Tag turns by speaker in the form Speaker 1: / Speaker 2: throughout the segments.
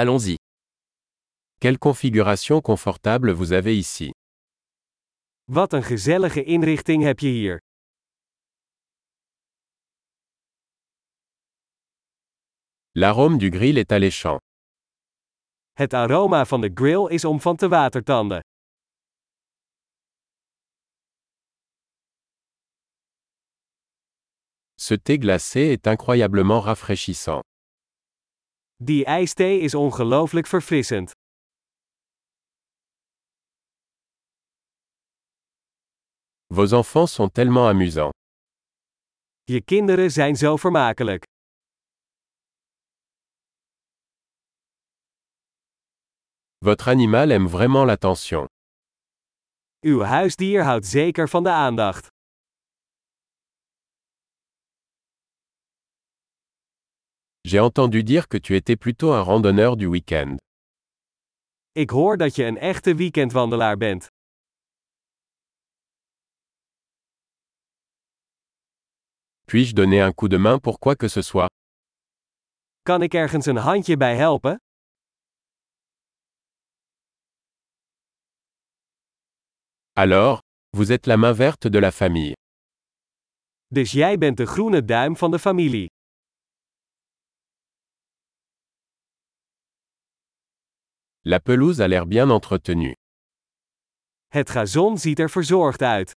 Speaker 1: Allons-y.
Speaker 2: Quelle configuration confortable vous avez ici.
Speaker 3: Wat een gezellige inrichting heb je hier.
Speaker 2: L'arôme du grill est alléchant.
Speaker 3: Het aroma van de grill is om van te watertanden.
Speaker 2: Ce thé glacé est incroyablement rafraîchissant.
Speaker 3: Die ijsthee is ongelooflijk verfrissend.
Speaker 2: Vos enfants sont tellement amusants.
Speaker 3: Je kinderen zijn zo vermakelijk.
Speaker 2: Votre animal aime vraiment l'attention.
Speaker 3: Uw huisdier houdt zeker van de aandacht.
Speaker 2: J'ai entendu dire que tu étais plutôt un randonneur du week-end.
Speaker 3: Ik hoor dat je een echte weekendwandelaar bent.
Speaker 2: Puis-je donner un coup de main pour quoi que ce soit
Speaker 3: Kan ik ergens een handje bij helpen?
Speaker 2: Alors, vous êtes la main verte de la famille.
Speaker 3: Dus jij bent de groene duim van de familie.
Speaker 2: La pelouse a l'air bien entretenue.
Speaker 3: Het gazon ziet er verzorgd uit.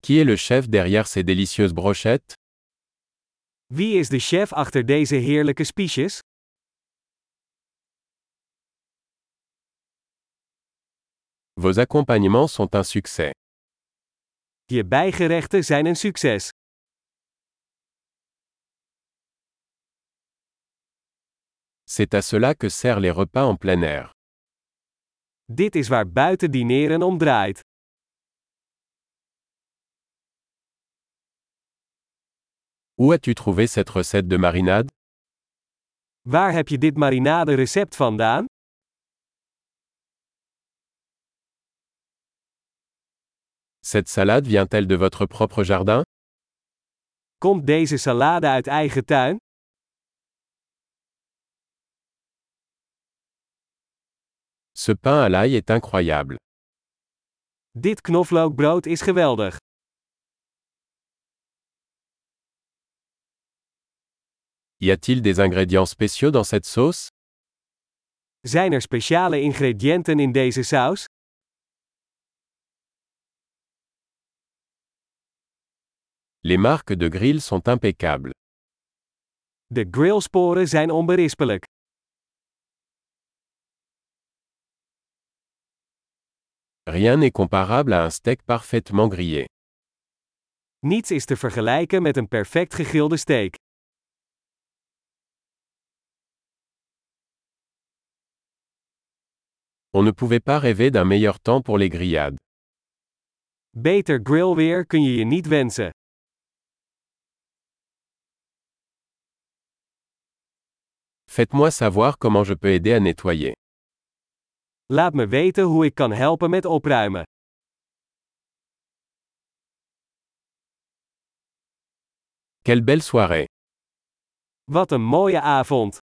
Speaker 2: Qui est le chef derrière ces délicieuses brochettes
Speaker 3: Wie is de chef achter deze heerlijke spiesjes?
Speaker 2: Vos accompagnements sont un succès.
Speaker 3: Je bijgerechten zijn een succes.
Speaker 2: C'est à cela que servent les repas en plein air.
Speaker 3: Dit is waar buiten dineren om draait.
Speaker 2: Où as-tu trouvé cette recette de marinade
Speaker 3: Waar heb je dit marinade recept vandaan?
Speaker 2: Cette salade vient-elle de votre propre jardin
Speaker 3: Komt deze salade uit eigen tuin?
Speaker 2: Ce pain à l'ail est incroyable.
Speaker 3: Dit knoflookbrood is geweldig.
Speaker 2: Y a-t-il des ingrédients spéciaux dans cette sauce
Speaker 3: Zijn er speciale ingrediënten in deze saus?
Speaker 2: Les marques de grill sont impeccables.
Speaker 3: De grillsporen zijn onberispelijk.
Speaker 2: Rien n'est comparable à un steak parfaitement grillé.
Speaker 3: Niets is te vergelijken met een perfect gegrilde steak.
Speaker 2: On ne pouvait pas rêver d'un meilleur temps pour les grillades.
Speaker 3: Beter grillweer kun je je niet wensen.
Speaker 2: Faites-moi savoir comment je peux aider à nettoyer.
Speaker 3: Laat me weten hoe ik kan helpen met opruimen.
Speaker 2: Quelle belle soirée
Speaker 3: Wat een mooie avond!